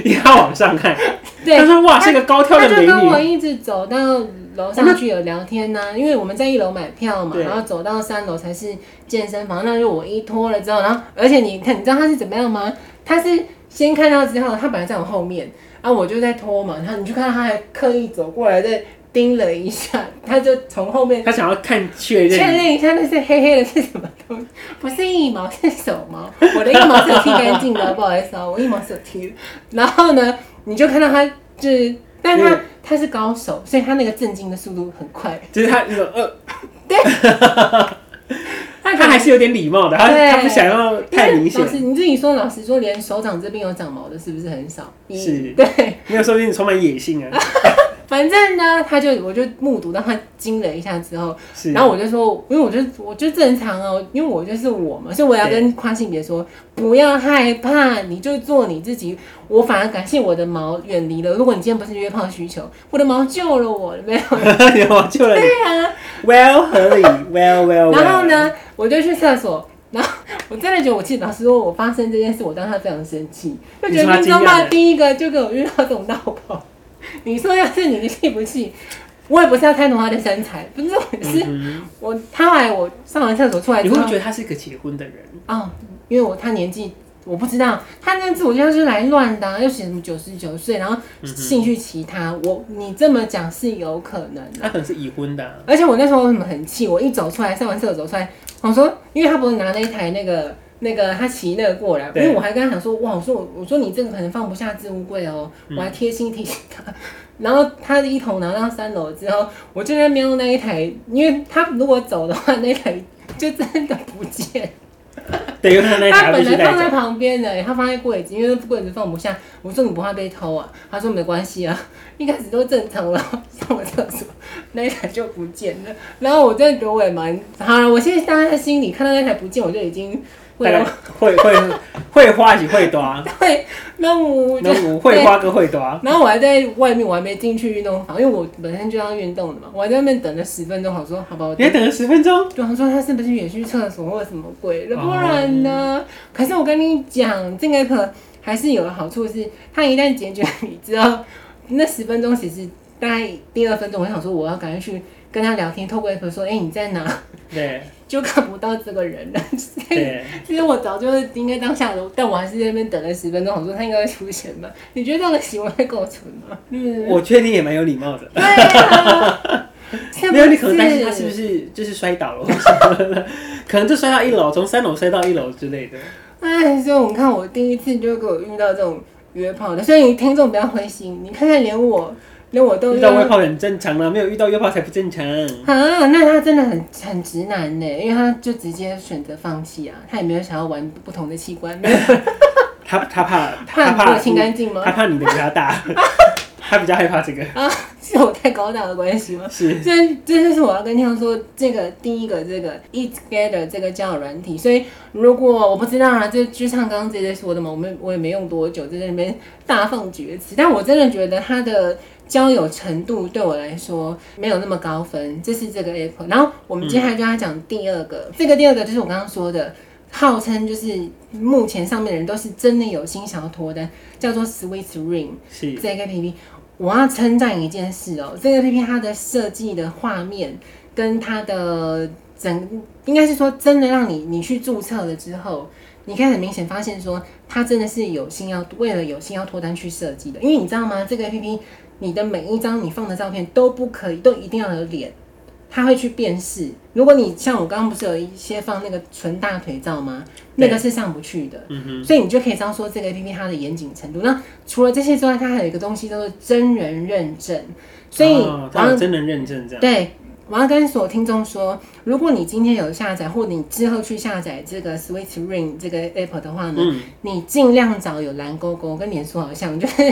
[SPEAKER 2] 因为他往上看，
[SPEAKER 1] 对
[SPEAKER 2] 他，说哇是个高挑
[SPEAKER 1] 他
[SPEAKER 2] 的
[SPEAKER 1] 就
[SPEAKER 2] 美
[SPEAKER 1] 跟我
[SPEAKER 2] 女，
[SPEAKER 1] 一直走到楼上去有聊天呐、因为我们在一楼买票嘛，
[SPEAKER 2] 啊对
[SPEAKER 1] 然后走到三楼才是健身房。那就我一脱了之后，然后而且你看，你知道他是怎么样吗？他是先看到之后，他本来在我后面，然后我就在脱嘛，然后你就看到他还刻意走过来再盯了一下，他就从后面
[SPEAKER 2] 他想要看确
[SPEAKER 1] 确
[SPEAKER 2] 认你。
[SPEAKER 1] 认一下那是黑黑的是什么东西，不是腋毛是手毛， 我的腋毛是有剃干哦 净的，不好意思啊，我腋毛是有剃的。然后呢，你就看到他就是，但他
[SPEAKER 2] 嗯
[SPEAKER 1] 他是高手，所以他那个震惊的速度很快。
[SPEAKER 2] 就是他那种呃，
[SPEAKER 1] 他
[SPEAKER 2] 他还是有点礼貌的，他
[SPEAKER 1] 对
[SPEAKER 2] 他不想要太明显
[SPEAKER 1] 老，师，你自己说，老实说，连手掌这边有长毛的，是不是很少？
[SPEAKER 2] 是
[SPEAKER 1] 对，
[SPEAKER 2] 没有说不定你充满野性啊，
[SPEAKER 1] 反正呢，他就我就目睹到他惊了一下之后，
[SPEAKER 2] 是，
[SPEAKER 1] 然后我就说，因为我就我就正常哦，因为我就是我嘛，所以我要跟跨性别说，不要害怕，你就做你自己。我反而感谢我的毛远离了，如果你今天不是约炮需求，我的毛救了我，没有？
[SPEAKER 2] 我救了你
[SPEAKER 1] 对啊。
[SPEAKER 2] ，well 合理，well well，
[SPEAKER 1] 然后？呢，我就去厕所，然后我真的觉得，我记得老师说我发生这件事，我当时非常生气，就觉得
[SPEAKER 2] 你说他
[SPEAKER 1] 民
[SPEAKER 2] 惊
[SPEAKER 1] 中
[SPEAKER 2] 讶
[SPEAKER 1] 爸
[SPEAKER 2] 的
[SPEAKER 1] 第一个就给我遇到这种闹跑。 你说要是你，你气不气？我也不是要贪图他的身材，不是，我是、
[SPEAKER 2] 嗯
[SPEAKER 1] 我他后来我上完厕所出来
[SPEAKER 2] 哼，
[SPEAKER 1] 之
[SPEAKER 2] 你
[SPEAKER 1] 后
[SPEAKER 2] 会，觉得他是一个结婚的人，
[SPEAKER 1] 哦，因为我他年纪我不知道，他那自我介绍就是来乱的、啊，又写什么九十九岁，然后
[SPEAKER 2] 嗯
[SPEAKER 1] 兴趣其他，我你这么讲是有可能的。
[SPEAKER 2] 他可能是已婚的啊，
[SPEAKER 1] 而且我那时候为什么很气？我一走出来，上完厕所走出来，我说，因为他不是拿那一台那个那个他骑那个过来，因
[SPEAKER 2] 对
[SPEAKER 1] 为我还跟他讲说，哇，我说我我说你这个可能放不下置物柜哦，
[SPEAKER 2] 嗯
[SPEAKER 1] 我还贴心提醒他。然后他一头拿到三楼之后，我就在瞄那一台，因为他如果走的话，那一台就真的不见。
[SPEAKER 2] 对， 因为他那一台
[SPEAKER 1] 他
[SPEAKER 2] 他
[SPEAKER 1] 本
[SPEAKER 2] 必须
[SPEAKER 1] 来
[SPEAKER 2] 带
[SPEAKER 1] 放在
[SPEAKER 2] 走，
[SPEAKER 1] 旁边的，他放在柜子，因为柜子放不下。我说你不怕被偷啊？他说没关系啊，一开始都正常了。上完厕所那一台就不见了，然后我真的觉得我也蛮……好了，我现在大家在心里看到那台不见，我就已经
[SPEAKER 2] 大
[SPEAKER 1] 会
[SPEAKER 2] 概
[SPEAKER 1] 了。
[SPEAKER 2] 会会会花是会 多，
[SPEAKER 1] 对，那我就
[SPEAKER 2] 那我会花跟会多。啊
[SPEAKER 1] 然后我还在外面，我还没进去运动房，因为我本身就要运动的嘛。我还在那边等了十分钟，我说好吧，我
[SPEAKER 2] 你还等了十分钟，
[SPEAKER 1] 就他啊说他是不是也去厕所或者什么鬼的，不然呢？可是我跟你讲，这个可还是有好处是，他一旦解决你之后，那十分钟其实大概第二分钟，我想说我要赶快去跟他聊天，透过 app 说，哎、你在哪？
[SPEAKER 2] 对
[SPEAKER 1] 就看不到这个人了。 所以
[SPEAKER 2] 对，
[SPEAKER 1] 其实我早就是应该当下楼，但我还是在那边等了十分钟，我说他应该会出现吧？你觉得这样的行为会构成吗？嗯，
[SPEAKER 2] 我觉得你也蛮有礼貌的。
[SPEAKER 1] 对啊， 是不
[SPEAKER 2] 没有，你可能担心他
[SPEAKER 1] 是
[SPEAKER 2] 是不是就是摔倒了，或什么的，可能就摔到一楼，从三楼摔到一楼之类的。
[SPEAKER 1] 哎，所以我看我第一次就给我遇到这种约炮的，所以听众不要灰心，你看看连我连我都
[SPEAKER 2] 遇到约炮很正常啦、啊没有遇到约炮才不正常。
[SPEAKER 1] 啊，那他真的很很直男呢，因为他就直接选择放弃啊，他也没有想要玩不同的器官，没有
[SPEAKER 2] 他他怕
[SPEAKER 1] 怕
[SPEAKER 2] 他
[SPEAKER 1] 你给我
[SPEAKER 2] 怕
[SPEAKER 1] 清干净吗
[SPEAKER 2] 他？怕你的比他大， 他比较害怕这个。
[SPEAKER 1] 啊， 是我太高大的关系吗？
[SPEAKER 2] 是
[SPEAKER 1] 这这就是我要跟听众说，这个第一个这个 Eat Together 这个叫软体，所以如果我不知道啊，这就像刚刚姐姐说的嘛，我们我也没用多久，就在那边大放厥词，但我真的觉得它的。交友程度对我来说没有那么高分，这是这个 app。然后我们接下来就要讲第二个，这个第二个就是我刚刚说的，号称就是目前上面的人都是真的有心想要脱单，叫做 Sweet Ring。
[SPEAKER 2] 是，
[SPEAKER 1] 这个 APP，我要称赞一件事哦，这个 APP 它的设计的画面跟它的整，应该是说真的让你你去注册了之后，你可以很明显发现说，它真的是有心要为了有心要脱单去设计的，因为你知道吗？这个 APP 你的每一张你放的照片都不可以，都一定要有脸。它会去辨识，如果你像我刚刚不是有一些放那个纯大腿照吗？那个是上不去的。
[SPEAKER 2] 嗯哼，
[SPEAKER 1] 所以你就可以知道说这个 A P P 它的严谨程度。那除了这些之外，它还有一个东西叫做真人认证，所以
[SPEAKER 2] 哦
[SPEAKER 1] 我
[SPEAKER 2] 他
[SPEAKER 1] 要、
[SPEAKER 2] 有真人认证这样。
[SPEAKER 1] 对。我要跟所有听众说，如果你今天有下载，或者你之后去下载这个 Switch Ring 这个 app 的话呢，
[SPEAKER 2] 嗯，
[SPEAKER 1] 你尽量找有蓝勾勾，跟脸书好像， 就是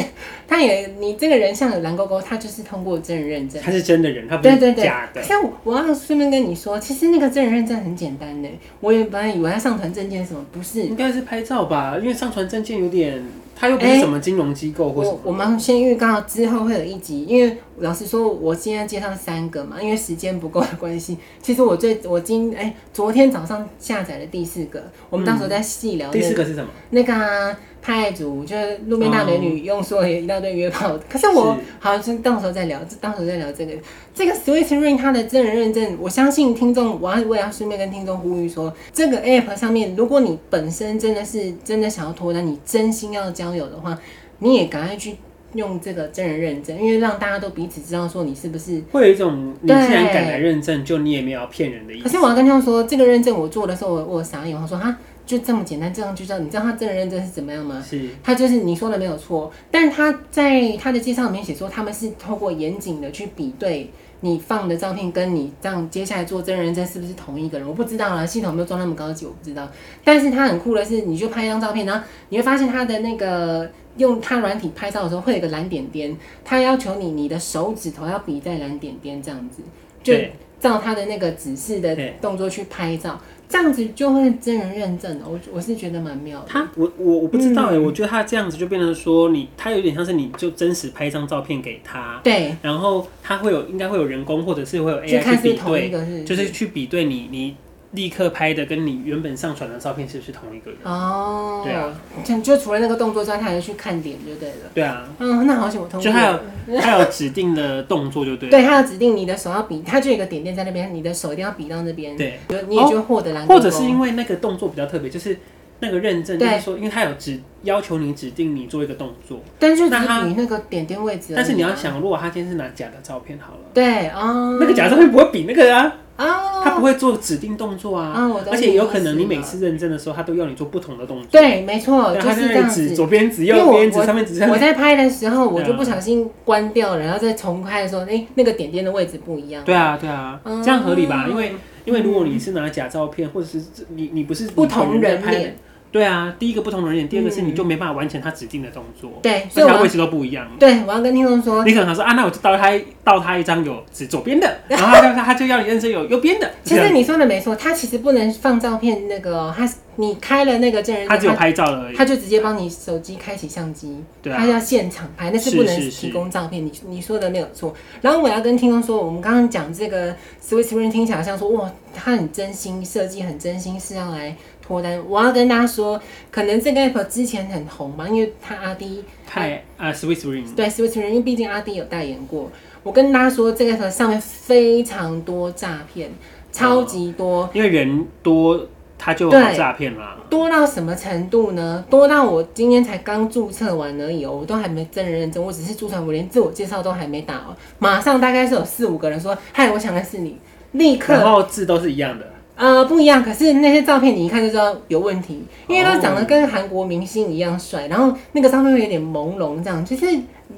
[SPEAKER 1] 它也你这个人像有蓝勾勾，它就是通过真人认证。
[SPEAKER 2] 他是真的人，他不
[SPEAKER 1] 对对
[SPEAKER 2] 是
[SPEAKER 1] 对
[SPEAKER 2] 假，的。
[SPEAKER 1] 像我我要顺便跟你说，其实那个真人认证很简单呢。我原本来以为要上传证件什么，不是，
[SPEAKER 2] 应该是拍照吧，因为上传证件有点，他又不是什么金融机构或什
[SPEAKER 1] 哎我
[SPEAKER 2] 么。
[SPEAKER 1] 我们先预告之后会有一集，因为老实说，我今天介绍三个嘛，因为时间不够的关系。其实我最我今哎、昨天早上下载了第四个，我们到时候再细聊、那
[SPEAKER 2] 第四个是什么？
[SPEAKER 1] 那个啊派组，就是路边大美女用说也一大堆约炮，可是我
[SPEAKER 2] 是
[SPEAKER 1] 好，就到时候再聊，到时候再聊这个这个 Switch Ring 它的真人认证，我相信听众，我要我也要顺便跟听众呼吁说，这个 App 上面，如果你本身真的是真的想要脱单，你真心要交友的话，你也赶快去用这个真人认证，因为让大家都彼此知道说你是不是
[SPEAKER 2] 会有一种你既然
[SPEAKER 1] 对
[SPEAKER 2] 敢来认证，就你也没有要骗人的意
[SPEAKER 1] 可
[SPEAKER 2] 思
[SPEAKER 1] 是。我要跟他们说，这个认证我做的时候，我我有傻眼，我说哈，就这么简单，这样就知道。你知道他真人认真是怎么样吗？
[SPEAKER 2] 是
[SPEAKER 1] 他就是你说的没有错，但他在他的介绍里面写说，他们是透过严谨的去比对你放的照片跟你这样接下来做真人真是不是同一个人，我不知道啦，系统有没有装那么高级，我不知道。但是他很酷的是，你就拍一张照片，然后你会发现他的那个用他软体拍照的时候会有一个蓝点点，他要求你你的手指头要比在蓝点点这样子，就
[SPEAKER 2] 对
[SPEAKER 1] 照他的那个指示的
[SPEAKER 2] 对
[SPEAKER 1] 动作去拍照，这样子就会真人认证的。我我是觉得蛮妙的。
[SPEAKER 2] 他，我我我不知
[SPEAKER 1] 嗯
[SPEAKER 2] 道哎、我觉得他这样子就变成说你，他有点像是你就真实拍一张照片给他，
[SPEAKER 1] 对，
[SPEAKER 2] 然后他会有应该会有人工或者是会有
[SPEAKER 1] 去
[SPEAKER 2] AI
[SPEAKER 1] 看
[SPEAKER 2] 去
[SPEAKER 1] 是
[SPEAKER 2] 比
[SPEAKER 1] 同一
[SPEAKER 2] 对，
[SPEAKER 1] 个是不
[SPEAKER 2] 就是去比对你你立刻拍的跟你原本上传的照片是不是同一个人？
[SPEAKER 1] 哦，
[SPEAKER 2] 对啊，
[SPEAKER 1] 就就除了那个动作之外，他还要去看点就对了。
[SPEAKER 2] 对啊，
[SPEAKER 1] 嗯，那好险我通
[SPEAKER 2] 就
[SPEAKER 1] 过
[SPEAKER 2] 他
[SPEAKER 1] 了。
[SPEAKER 2] 有他有指定的动作就对了。
[SPEAKER 1] 对，他要指定你的手要比，他就有一个点点在那边，你的手一定要比到那边，
[SPEAKER 2] 对，哦
[SPEAKER 1] 就你也就获得蓝勾勾、
[SPEAKER 2] 或者是因为那个动作比较特别，就是那个认证，就
[SPEAKER 1] 对
[SPEAKER 2] 是说，因为他有指要求你指定你做一个动作，
[SPEAKER 1] 但是就只
[SPEAKER 2] 那他
[SPEAKER 1] 比那个点点位置而已啊、
[SPEAKER 2] 但是你要想，如果他今天是拿假的照片好了，
[SPEAKER 1] 对哦，
[SPEAKER 2] 那个假照片不会比那个啊，
[SPEAKER 1] 哦，
[SPEAKER 2] 他不会做指定动作啊，
[SPEAKER 1] 啊，我懂
[SPEAKER 2] 而且有可
[SPEAKER 1] 意思
[SPEAKER 2] 能你
[SPEAKER 1] 了
[SPEAKER 2] 每次认证的时候，他都要你做不同的动作，
[SPEAKER 1] 对，没错，
[SPEAKER 2] 对，
[SPEAKER 1] 就
[SPEAKER 2] 他
[SPEAKER 1] 是
[SPEAKER 2] 在
[SPEAKER 1] 这
[SPEAKER 2] 那
[SPEAKER 1] 样
[SPEAKER 2] 里指
[SPEAKER 1] 子。
[SPEAKER 2] 左边指
[SPEAKER 1] 因为
[SPEAKER 2] 右
[SPEAKER 1] 我
[SPEAKER 2] 边指上面指下
[SPEAKER 1] 我
[SPEAKER 2] 面，
[SPEAKER 1] 在拍的时候，我
[SPEAKER 2] 对啊
[SPEAKER 1] 就不小心关掉了，然后再重开的时候，哎、那个点点的位置不一样。
[SPEAKER 2] 对啊对啊，
[SPEAKER 1] 嗯
[SPEAKER 2] 这样合理吧？因为因为如果你是拿假照片，或者是你你不是
[SPEAKER 1] 不同人
[SPEAKER 2] 人拍的
[SPEAKER 1] 脸，
[SPEAKER 2] 对啊，第一个不同人脸，第二个是
[SPEAKER 1] 嗯
[SPEAKER 2] 你就没办法完成他指定的动作，
[SPEAKER 1] 对，
[SPEAKER 2] 而
[SPEAKER 1] 所
[SPEAKER 2] 且
[SPEAKER 1] 以
[SPEAKER 2] 他
[SPEAKER 1] 我
[SPEAKER 2] 位
[SPEAKER 1] 要
[SPEAKER 2] 置都不一样。
[SPEAKER 1] 对我要跟听众说，
[SPEAKER 2] 你可能想说啊，那我就倒他倒他一张有指左 边的，然后他就他就要你认真有右边的。
[SPEAKER 1] 其
[SPEAKER 2] 这
[SPEAKER 1] 实
[SPEAKER 2] 样
[SPEAKER 1] 你说的没错，他其实不能放照片那个哦，他你开了那个证人证，
[SPEAKER 2] 他只有拍照了而已
[SPEAKER 1] 他，就直接帮你手机开启相机，
[SPEAKER 2] 对
[SPEAKER 1] 他
[SPEAKER 2] 啊，
[SPEAKER 1] 要现场拍，那是
[SPEAKER 2] 是
[SPEAKER 1] 不能
[SPEAKER 2] 是是
[SPEAKER 1] 提供照片。你你说的没有错。然后我要跟听众说，我们刚刚讲这个 Swiss Ring 听起来好像说哇，他很真心设计，很真心是要来脱单。我要跟大家说，可能这个 app 之前很红吧，因为他阿 D
[SPEAKER 2] 太啊 Swiss Ring
[SPEAKER 1] 对 Swiss Ring，因为毕竟阿 D 有代言过。我跟大家说，这个 app 上面非常多诈骗，超级多。
[SPEAKER 2] 因为人多，他就
[SPEAKER 1] 对
[SPEAKER 2] 好诈骗啦。
[SPEAKER 1] 多到什么程度呢？多到我今天才刚注册完而已哦，我都还没真人认证，我只是注册完，我连自我介绍都还没打哦，马上大概是有四五个人说：“嗨，我想的是你。”立
[SPEAKER 2] 然
[SPEAKER 1] 刻，
[SPEAKER 2] 后字都是一样的，
[SPEAKER 1] 呃，不一样。可是那些照片你一看就知道有问题，因为
[SPEAKER 2] 哦
[SPEAKER 1] 都长得跟韩国明星一样帅，然后那个照片会有点朦胧，这样就是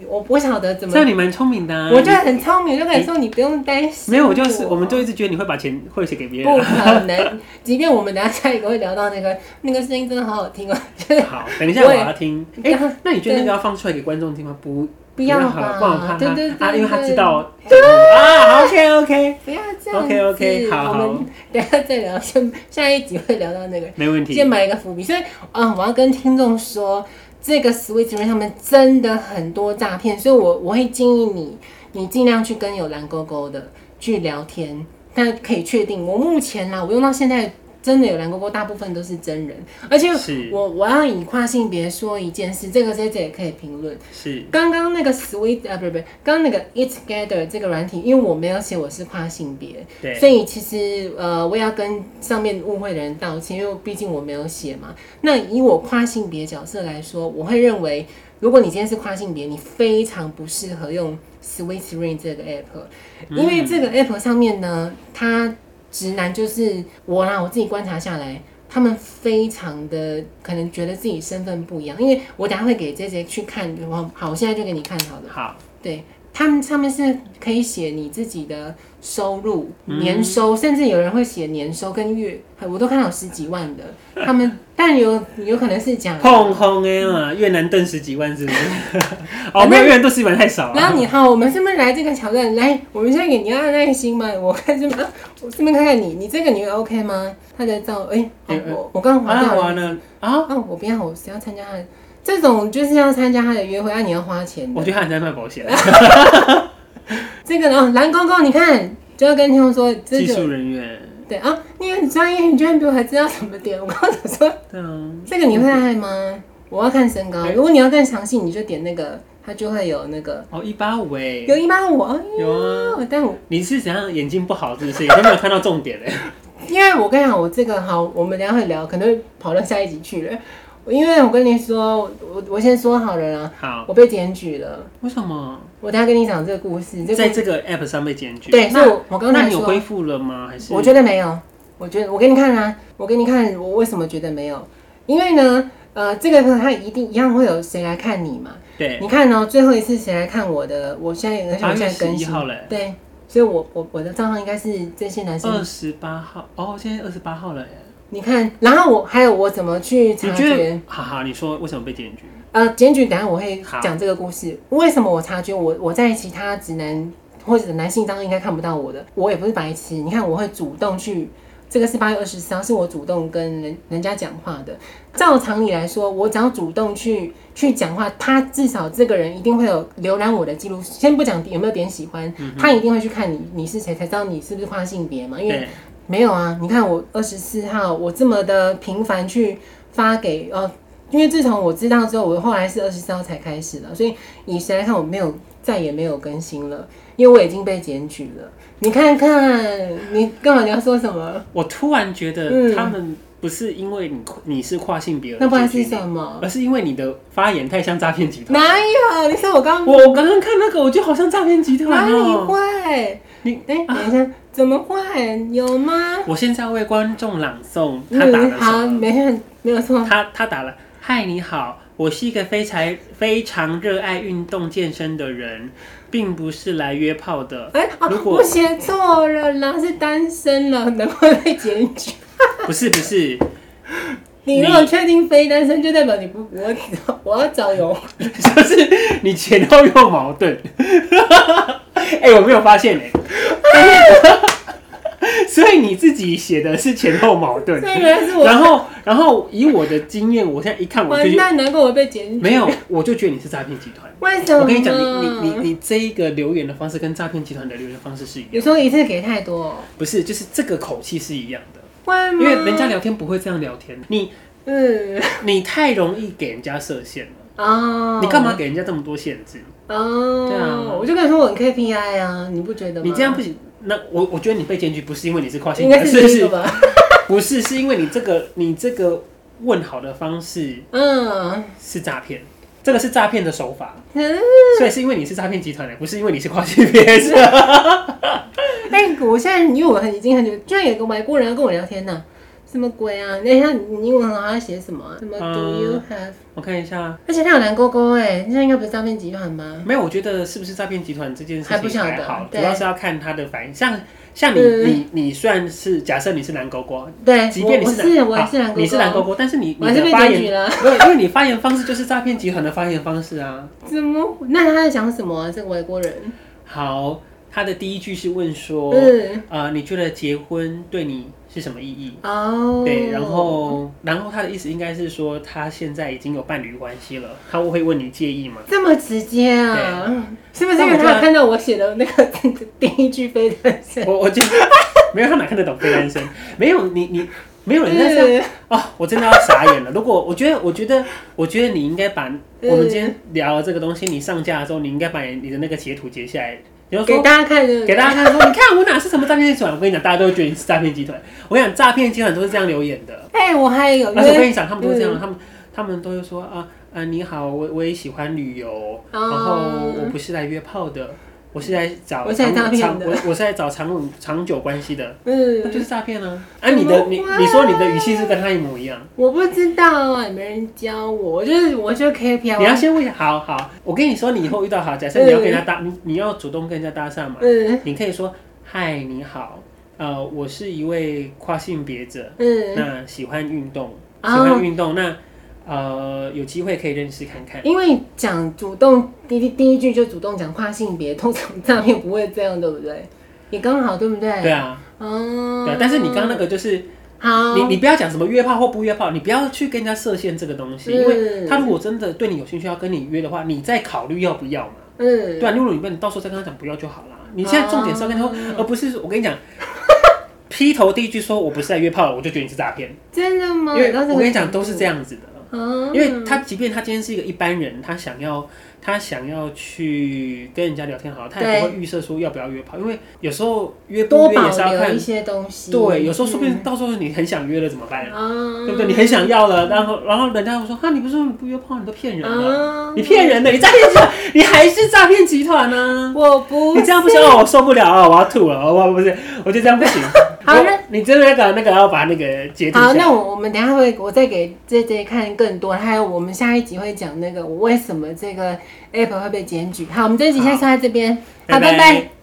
[SPEAKER 1] 我不晓得怎
[SPEAKER 2] 这样
[SPEAKER 1] 么。
[SPEAKER 2] 你蛮聪明的、啊。
[SPEAKER 1] 我觉得很聪明，就可以说你不用担心。
[SPEAKER 2] 没有，我就是我们就一直觉得你会把钱汇钱给别
[SPEAKER 1] 不
[SPEAKER 2] 人。啊
[SPEAKER 1] 可能。即便我们等一下下一个会聊到那个那个声音，真的好好听哦，就是
[SPEAKER 2] 好，等一下我要听。哎、
[SPEAKER 1] 对
[SPEAKER 2] 那你觉得那个要放出来给观众听吗？不，
[SPEAKER 1] 不要
[SPEAKER 2] 好了，不好
[SPEAKER 1] 吧
[SPEAKER 2] 怕？
[SPEAKER 1] 对对
[SPEAKER 2] 他
[SPEAKER 1] 对，
[SPEAKER 2] 啊，因为他
[SPEAKER 1] 对
[SPEAKER 2] 知道。啊，OK OK，
[SPEAKER 1] 不要这样子。
[SPEAKER 2] OK，OK，好
[SPEAKER 1] 我们等一下再聊，先下一集会聊到那个，
[SPEAKER 2] 没问题。
[SPEAKER 1] 先埋一个伏笔。所以，嗯，我要跟听众说，这个 Switch 上面真的很多诈骗，所以我我会建议你，你尽量去跟有蓝勾勾的去聊天。但可以确定，我目前啦，我用到现在真的有蓝勾勾，大部分都是真人，而且
[SPEAKER 2] 是
[SPEAKER 1] 我我要以跨性别说一件事，这个 J J 也可以评论。
[SPEAKER 2] 是
[SPEAKER 1] 刚刚那个 Sweet 啊，不是不是，刚刚那个 It Together 这个软体，因为我没有写我是跨性别，
[SPEAKER 2] 对
[SPEAKER 1] 所以其实呃，我也要跟上面误会的人道歉，因为毕竟我没有写嘛。那以我跨性别角色来说，我会认为，如果你今天是跨性别，你非常不适合用 Sweet Ring 这个 app，因为这个 app 上面呢，它直男就是我啦，我自己观察下来。他们非常的可能觉得自己身份不一样，因为我等一下会给 J J 去看，我好，我现在就给你看好了。
[SPEAKER 2] 好，
[SPEAKER 1] 对他们上面是可以写你自己的收入、
[SPEAKER 2] 嗯
[SPEAKER 1] 年收，甚至有人会写年收跟月，我都看到有十几万的。他们 但有有可能是假的
[SPEAKER 2] 轰轰哎嘛，越南盾十几万是不是？ 哦，
[SPEAKER 1] 反正
[SPEAKER 2] 没有，越南盾十几万太少啊
[SPEAKER 1] 然
[SPEAKER 2] 了。
[SPEAKER 1] 后你好，我们这边来这个桥段，来，我们现在给你要按耐心嘛。我看这边，我这边看看你，你这个你 OK 吗？他的照，哎、
[SPEAKER 2] 哎哎
[SPEAKER 1] 我我刚划
[SPEAKER 2] 啊，
[SPEAKER 1] 掉了。
[SPEAKER 2] 完了啊！
[SPEAKER 1] 啊，我不要，我只要参加他的这种，就是要参加他的约会，啊，你要花钱
[SPEAKER 2] 我
[SPEAKER 1] 的。
[SPEAKER 2] 觉得他很在卖保险，啊
[SPEAKER 1] 这个呢，哦蓝公公，你看，就要跟听众说，这
[SPEAKER 2] 技
[SPEAKER 1] 个
[SPEAKER 2] 术人员。
[SPEAKER 1] 对啊，你很专业，你居然比我还知道什么点。我刚刚想说，
[SPEAKER 2] 对啊，
[SPEAKER 1] 这个你会爱吗？哎我要看身高，如果你要更详细，你就点那个，它就会有那个
[SPEAKER 2] 哦，一八五哎，
[SPEAKER 1] 有一八五，哎
[SPEAKER 2] 有啊。
[SPEAKER 1] 呦但我
[SPEAKER 2] 你是怎样眼睛不好是不是？都没有看到重点哎。
[SPEAKER 1] 因为我跟你讲，我这个好，我们等一下会聊，可能会跑到下一集去了。因为我跟你说，我我我先说好了啦，
[SPEAKER 2] 好，
[SPEAKER 1] 我被检举了。
[SPEAKER 2] 为什么
[SPEAKER 1] 我等一下跟你讲这个故事，这个
[SPEAKER 2] 在这个 app 上被检举？
[SPEAKER 1] 对，所以
[SPEAKER 2] 那
[SPEAKER 1] 我我刚
[SPEAKER 2] 那
[SPEAKER 1] 才
[SPEAKER 2] 你有
[SPEAKER 1] 说，
[SPEAKER 2] 恢复了吗？还是
[SPEAKER 1] 我觉得没有，我觉得我给你看啊，我给你看，我为什么觉得没有？因为呢，呃，这个他一定一样会有谁来看你嘛？
[SPEAKER 2] 对，
[SPEAKER 1] 你看哦，最后一次谁来看我的？我现在而且
[SPEAKER 2] 八
[SPEAKER 1] 我
[SPEAKER 2] 月
[SPEAKER 1] 现在
[SPEAKER 2] 十
[SPEAKER 1] 更
[SPEAKER 2] 一
[SPEAKER 1] 新，
[SPEAKER 2] 号嘞，
[SPEAKER 1] 对，所以我我我的账号应该是这些男
[SPEAKER 2] 二
[SPEAKER 1] 生。
[SPEAKER 2] 十八号哦，现在二十八号了耶。
[SPEAKER 1] 你看，然后我还有我怎么去
[SPEAKER 2] 你
[SPEAKER 1] 察
[SPEAKER 2] 觉
[SPEAKER 1] 觉
[SPEAKER 2] 得？，哈哈，你说为什么被检举？
[SPEAKER 1] 呃，检举等一下我会
[SPEAKER 2] 好
[SPEAKER 1] 讲这个故事，为什么我察觉我我在其他直男或者男性当中应该看不到我的，我也不是白痴，你看我会主动去。这个是八月二十三，是我主动跟人人家讲话的。照常理来说，我只要主动去去讲话，他至少这个人一定会有浏览我的记录。先不讲有没有点喜欢，他一定会去看你你是谁，才知道你是不是跨性别嘛。因为
[SPEAKER 2] 对，
[SPEAKER 1] 没有啊，你看我二十四号，我这么的频繁去发给呃，因为自从我知道之后，我后来是二十四号才开始的，所以以谁来看我没有再也没有更新了，因为我已经被检举了。你看看，你干嘛？你要说什么？
[SPEAKER 2] 我突然觉得
[SPEAKER 1] 嗯
[SPEAKER 2] 他们不是因为你你是跨性别而
[SPEAKER 1] 那不然
[SPEAKER 2] 检
[SPEAKER 1] 是
[SPEAKER 2] 举
[SPEAKER 1] 什么？
[SPEAKER 2] 而是因为你的发言太像诈骗集团。
[SPEAKER 1] 哪有？你说我刚
[SPEAKER 2] 我我刚刚看那个，我觉得好像诈骗集
[SPEAKER 1] 哪
[SPEAKER 2] 团
[SPEAKER 1] 里
[SPEAKER 2] 哦。
[SPEAKER 1] 会？
[SPEAKER 2] 你
[SPEAKER 1] 哎、等一下，怎么会？有吗？
[SPEAKER 2] 我现在为观众朗诵他打
[SPEAKER 1] 嗯，
[SPEAKER 2] 了
[SPEAKER 1] 好，
[SPEAKER 2] 什么？
[SPEAKER 1] 没事，没有错。
[SPEAKER 2] 他他打了：“嗨，你好，我是一个非常非常热爱运动健身的人，并不是来约炮的。
[SPEAKER 1] 哎、哦
[SPEAKER 2] 如果
[SPEAKER 1] 我写错了啦，是单身了，难怪被检 举。
[SPEAKER 2] 不是不是，
[SPEAKER 1] 你如果确定非单身，就代表你不我我要找有
[SPEAKER 2] 就是你前后又矛盾。 哎、我没有发现哎、 所以你自己写的是前后矛盾
[SPEAKER 1] 这。个人是我
[SPEAKER 2] 然后然后以我的经验，我现在一看我就
[SPEAKER 1] 完
[SPEAKER 2] 觉得
[SPEAKER 1] 蛋，难怪我被检举。
[SPEAKER 2] 没有，我就觉得你是诈骗集团。”
[SPEAKER 1] 为什么？
[SPEAKER 2] 我跟你讲，你你你你这一个留言的方式跟诈骗集团的留言方式是一样
[SPEAKER 1] 有时候一次给太多、哦，
[SPEAKER 2] 不是，就是这个口气是一样的，
[SPEAKER 1] 会吗？
[SPEAKER 2] 因为人家聊天不会这样聊天，你
[SPEAKER 1] 嗯
[SPEAKER 2] 你太容易给人家设限了，
[SPEAKER 1] 哦，
[SPEAKER 2] 你干嘛？给人家这么多限制？
[SPEAKER 1] 哦，
[SPEAKER 2] 对啊
[SPEAKER 1] 我就跟你说我很 KPI 啊，你不觉得吗？
[SPEAKER 2] 你这样不行。那我我觉得你被检举不是因为你是跨性
[SPEAKER 1] 应
[SPEAKER 2] 别，
[SPEAKER 1] 该
[SPEAKER 2] 是
[SPEAKER 1] 是
[SPEAKER 2] 是
[SPEAKER 1] 这个吧？
[SPEAKER 2] 不是是因为你这个你这个问好的方式
[SPEAKER 1] 嗯
[SPEAKER 2] 是诈骗，这个是诈骗的手法，
[SPEAKER 1] 嗯，
[SPEAKER 2] 所以是因为你是诈骗集团的，不是因为你是跨性别是吧
[SPEAKER 1] 但哎我现在因为我很已经很久，居然有个外国人要跟我聊天呢、什么鬼啊？那他你英文很好，他写什么啊、什么
[SPEAKER 2] 嗯
[SPEAKER 1] Do you have？、
[SPEAKER 2] 我看一下，
[SPEAKER 1] 而且他有蓝勾勾哎，那应该不是诈骗集团吗？
[SPEAKER 2] 没有，我觉得是不是诈骗集团这件事
[SPEAKER 1] 还不
[SPEAKER 2] 情
[SPEAKER 1] 晓
[SPEAKER 2] 还
[SPEAKER 1] 得
[SPEAKER 2] 好，主
[SPEAKER 1] 对
[SPEAKER 2] 要是要看他的反应。像像你、
[SPEAKER 1] 嗯
[SPEAKER 2] 你你虽然是假设你是蓝勾勾，
[SPEAKER 1] 对，
[SPEAKER 2] 即便你
[SPEAKER 1] 我
[SPEAKER 2] 是蓝
[SPEAKER 1] 我是我也是
[SPEAKER 2] 好
[SPEAKER 1] 蓝勾勾，
[SPEAKER 2] 你是蓝勾勾，但是你
[SPEAKER 1] 我
[SPEAKER 2] 你
[SPEAKER 1] 还是
[SPEAKER 2] 的
[SPEAKER 1] 被
[SPEAKER 2] 发
[SPEAKER 1] 检举
[SPEAKER 2] 言，
[SPEAKER 1] 了。
[SPEAKER 2] 没有因为你发言方式就是诈骗集团的发言方式啊。
[SPEAKER 1] 怎么？那他在讲什么、啊？这个外国人？
[SPEAKER 2] 好，他的第一句是问说，
[SPEAKER 1] 嗯，
[SPEAKER 2] 呃，你觉得结婚对你是什么意义？
[SPEAKER 1] 哦，
[SPEAKER 2] 对，然后，然后他的意思应该是说，他现在已经有伴侣关系了，他会问你介意吗？
[SPEAKER 1] 这么直接啊？是不是因为
[SPEAKER 2] 那我就
[SPEAKER 1] 他有看到我写的那个第一句非单身？
[SPEAKER 2] 我我觉得 没有他哪看得懂非单身，没有你你没有人在上
[SPEAKER 1] 嗯
[SPEAKER 2] 哦，我真的要傻眼了。如果我觉得，我觉得，我觉得你应该把
[SPEAKER 1] 嗯
[SPEAKER 2] 我们今天聊的这个东西，你上架的时候，你应该把你的那个截图截下来，你要
[SPEAKER 1] 给
[SPEAKER 2] 说
[SPEAKER 1] 大家看的，
[SPEAKER 2] 给大家看，说你看我哪是什么诈骗集团？我跟你讲，大家都会觉得你是诈骗集团。我跟你讲，诈骗集团都是这样留言的。
[SPEAKER 1] 哎、我还有，
[SPEAKER 2] 而且我跟你讲，他们都是这样，
[SPEAKER 1] 嗯
[SPEAKER 2] 他们他们都会说啊啊你好，我我也喜欢旅游，
[SPEAKER 1] 哦
[SPEAKER 2] 然后我不是来约炮的，我是来找
[SPEAKER 1] 哦我是来
[SPEAKER 2] 长
[SPEAKER 1] 诈骗
[SPEAKER 2] 长
[SPEAKER 1] 的
[SPEAKER 2] 我我是来找长稳长久关系的，那就
[SPEAKER 1] 嗯，
[SPEAKER 2] 是诈骗啊！啊，你的你
[SPEAKER 1] 怎么会
[SPEAKER 2] 你说你的语气是跟他一模一样。
[SPEAKER 1] 我不知道啊，也没人教我，我就是我就 KPI，
[SPEAKER 2] 你要先问一下，好好，我跟你说，你以后遇到好，假设你要跟人家搭，你你要主动跟人家搭讪嘛，
[SPEAKER 1] 嗯
[SPEAKER 2] 你可以说，嗨，你好，呃，我是一位跨性别者，
[SPEAKER 1] 嗯，
[SPEAKER 2] 那喜欢运动，喜
[SPEAKER 1] 哦
[SPEAKER 2] 欢运动，那呃，有机会可以认识看看。
[SPEAKER 1] 因为讲主动第第第一句就主动讲跨性别，通常诈骗不会这样，对不对？也刚好，对不对？
[SPEAKER 2] 对啊，
[SPEAKER 1] 哦
[SPEAKER 2] 对啊，但是你刚刚那个就是
[SPEAKER 1] 好，
[SPEAKER 2] 你你不要讲什么约炮或不约炮，你不要去跟人家设限这个东西，
[SPEAKER 1] 嗯
[SPEAKER 2] 因为他如果真的对你有兴趣要跟你约的话，你再考虑要不要嘛。
[SPEAKER 1] 嗯，
[SPEAKER 2] 对啊，如果你你到时候再跟他讲不要就好啦。你现在重点是要跟他说，
[SPEAKER 1] 哦
[SPEAKER 2] 而不是我跟你讲， 劈头第一句说我不是在约炮了，我就觉得你是诈骗，
[SPEAKER 1] 真的吗？
[SPEAKER 2] 因为我跟你讲都是这
[SPEAKER 1] 样，
[SPEAKER 2] 样子的。
[SPEAKER 1] 嗯
[SPEAKER 2] 因为他即便他今天是一个一般人，他想要他想要去跟人家聊天好了，他也不会预设说要不要约炮，因为有时候约不
[SPEAKER 1] 多
[SPEAKER 2] 约也
[SPEAKER 1] 保
[SPEAKER 2] 是要
[SPEAKER 1] 留
[SPEAKER 2] 看
[SPEAKER 1] 一，些嗯东西，
[SPEAKER 2] 对，有时候说不定到时候你很想约了怎么办？
[SPEAKER 1] 啊
[SPEAKER 2] 对不对？你很想要了，然后然后人家会说，哈，你不是说你不约炮，你都骗人的，
[SPEAKER 1] 啊
[SPEAKER 2] 你骗，人的，你诈骗集团，你还是诈骗集团呢、
[SPEAKER 1] 我不
[SPEAKER 2] 哦你这样不行，哦我受不了啊！我要吐了，我我不是，我觉得这样不行。
[SPEAKER 1] 好，那
[SPEAKER 2] 你真的要搞那个，要把那个截图
[SPEAKER 1] 好，
[SPEAKER 2] 下来。
[SPEAKER 1] 那我我们等一下会，我再给 J J 看更多，还有我们下一集会讲那个我为什么这个 app 会被检举。好，我们这一集先
[SPEAKER 2] 好
[SPEAKER 1] 上在这边，好，
[SPEAKER 2] 拜
[SPEAKER 1] 拜拜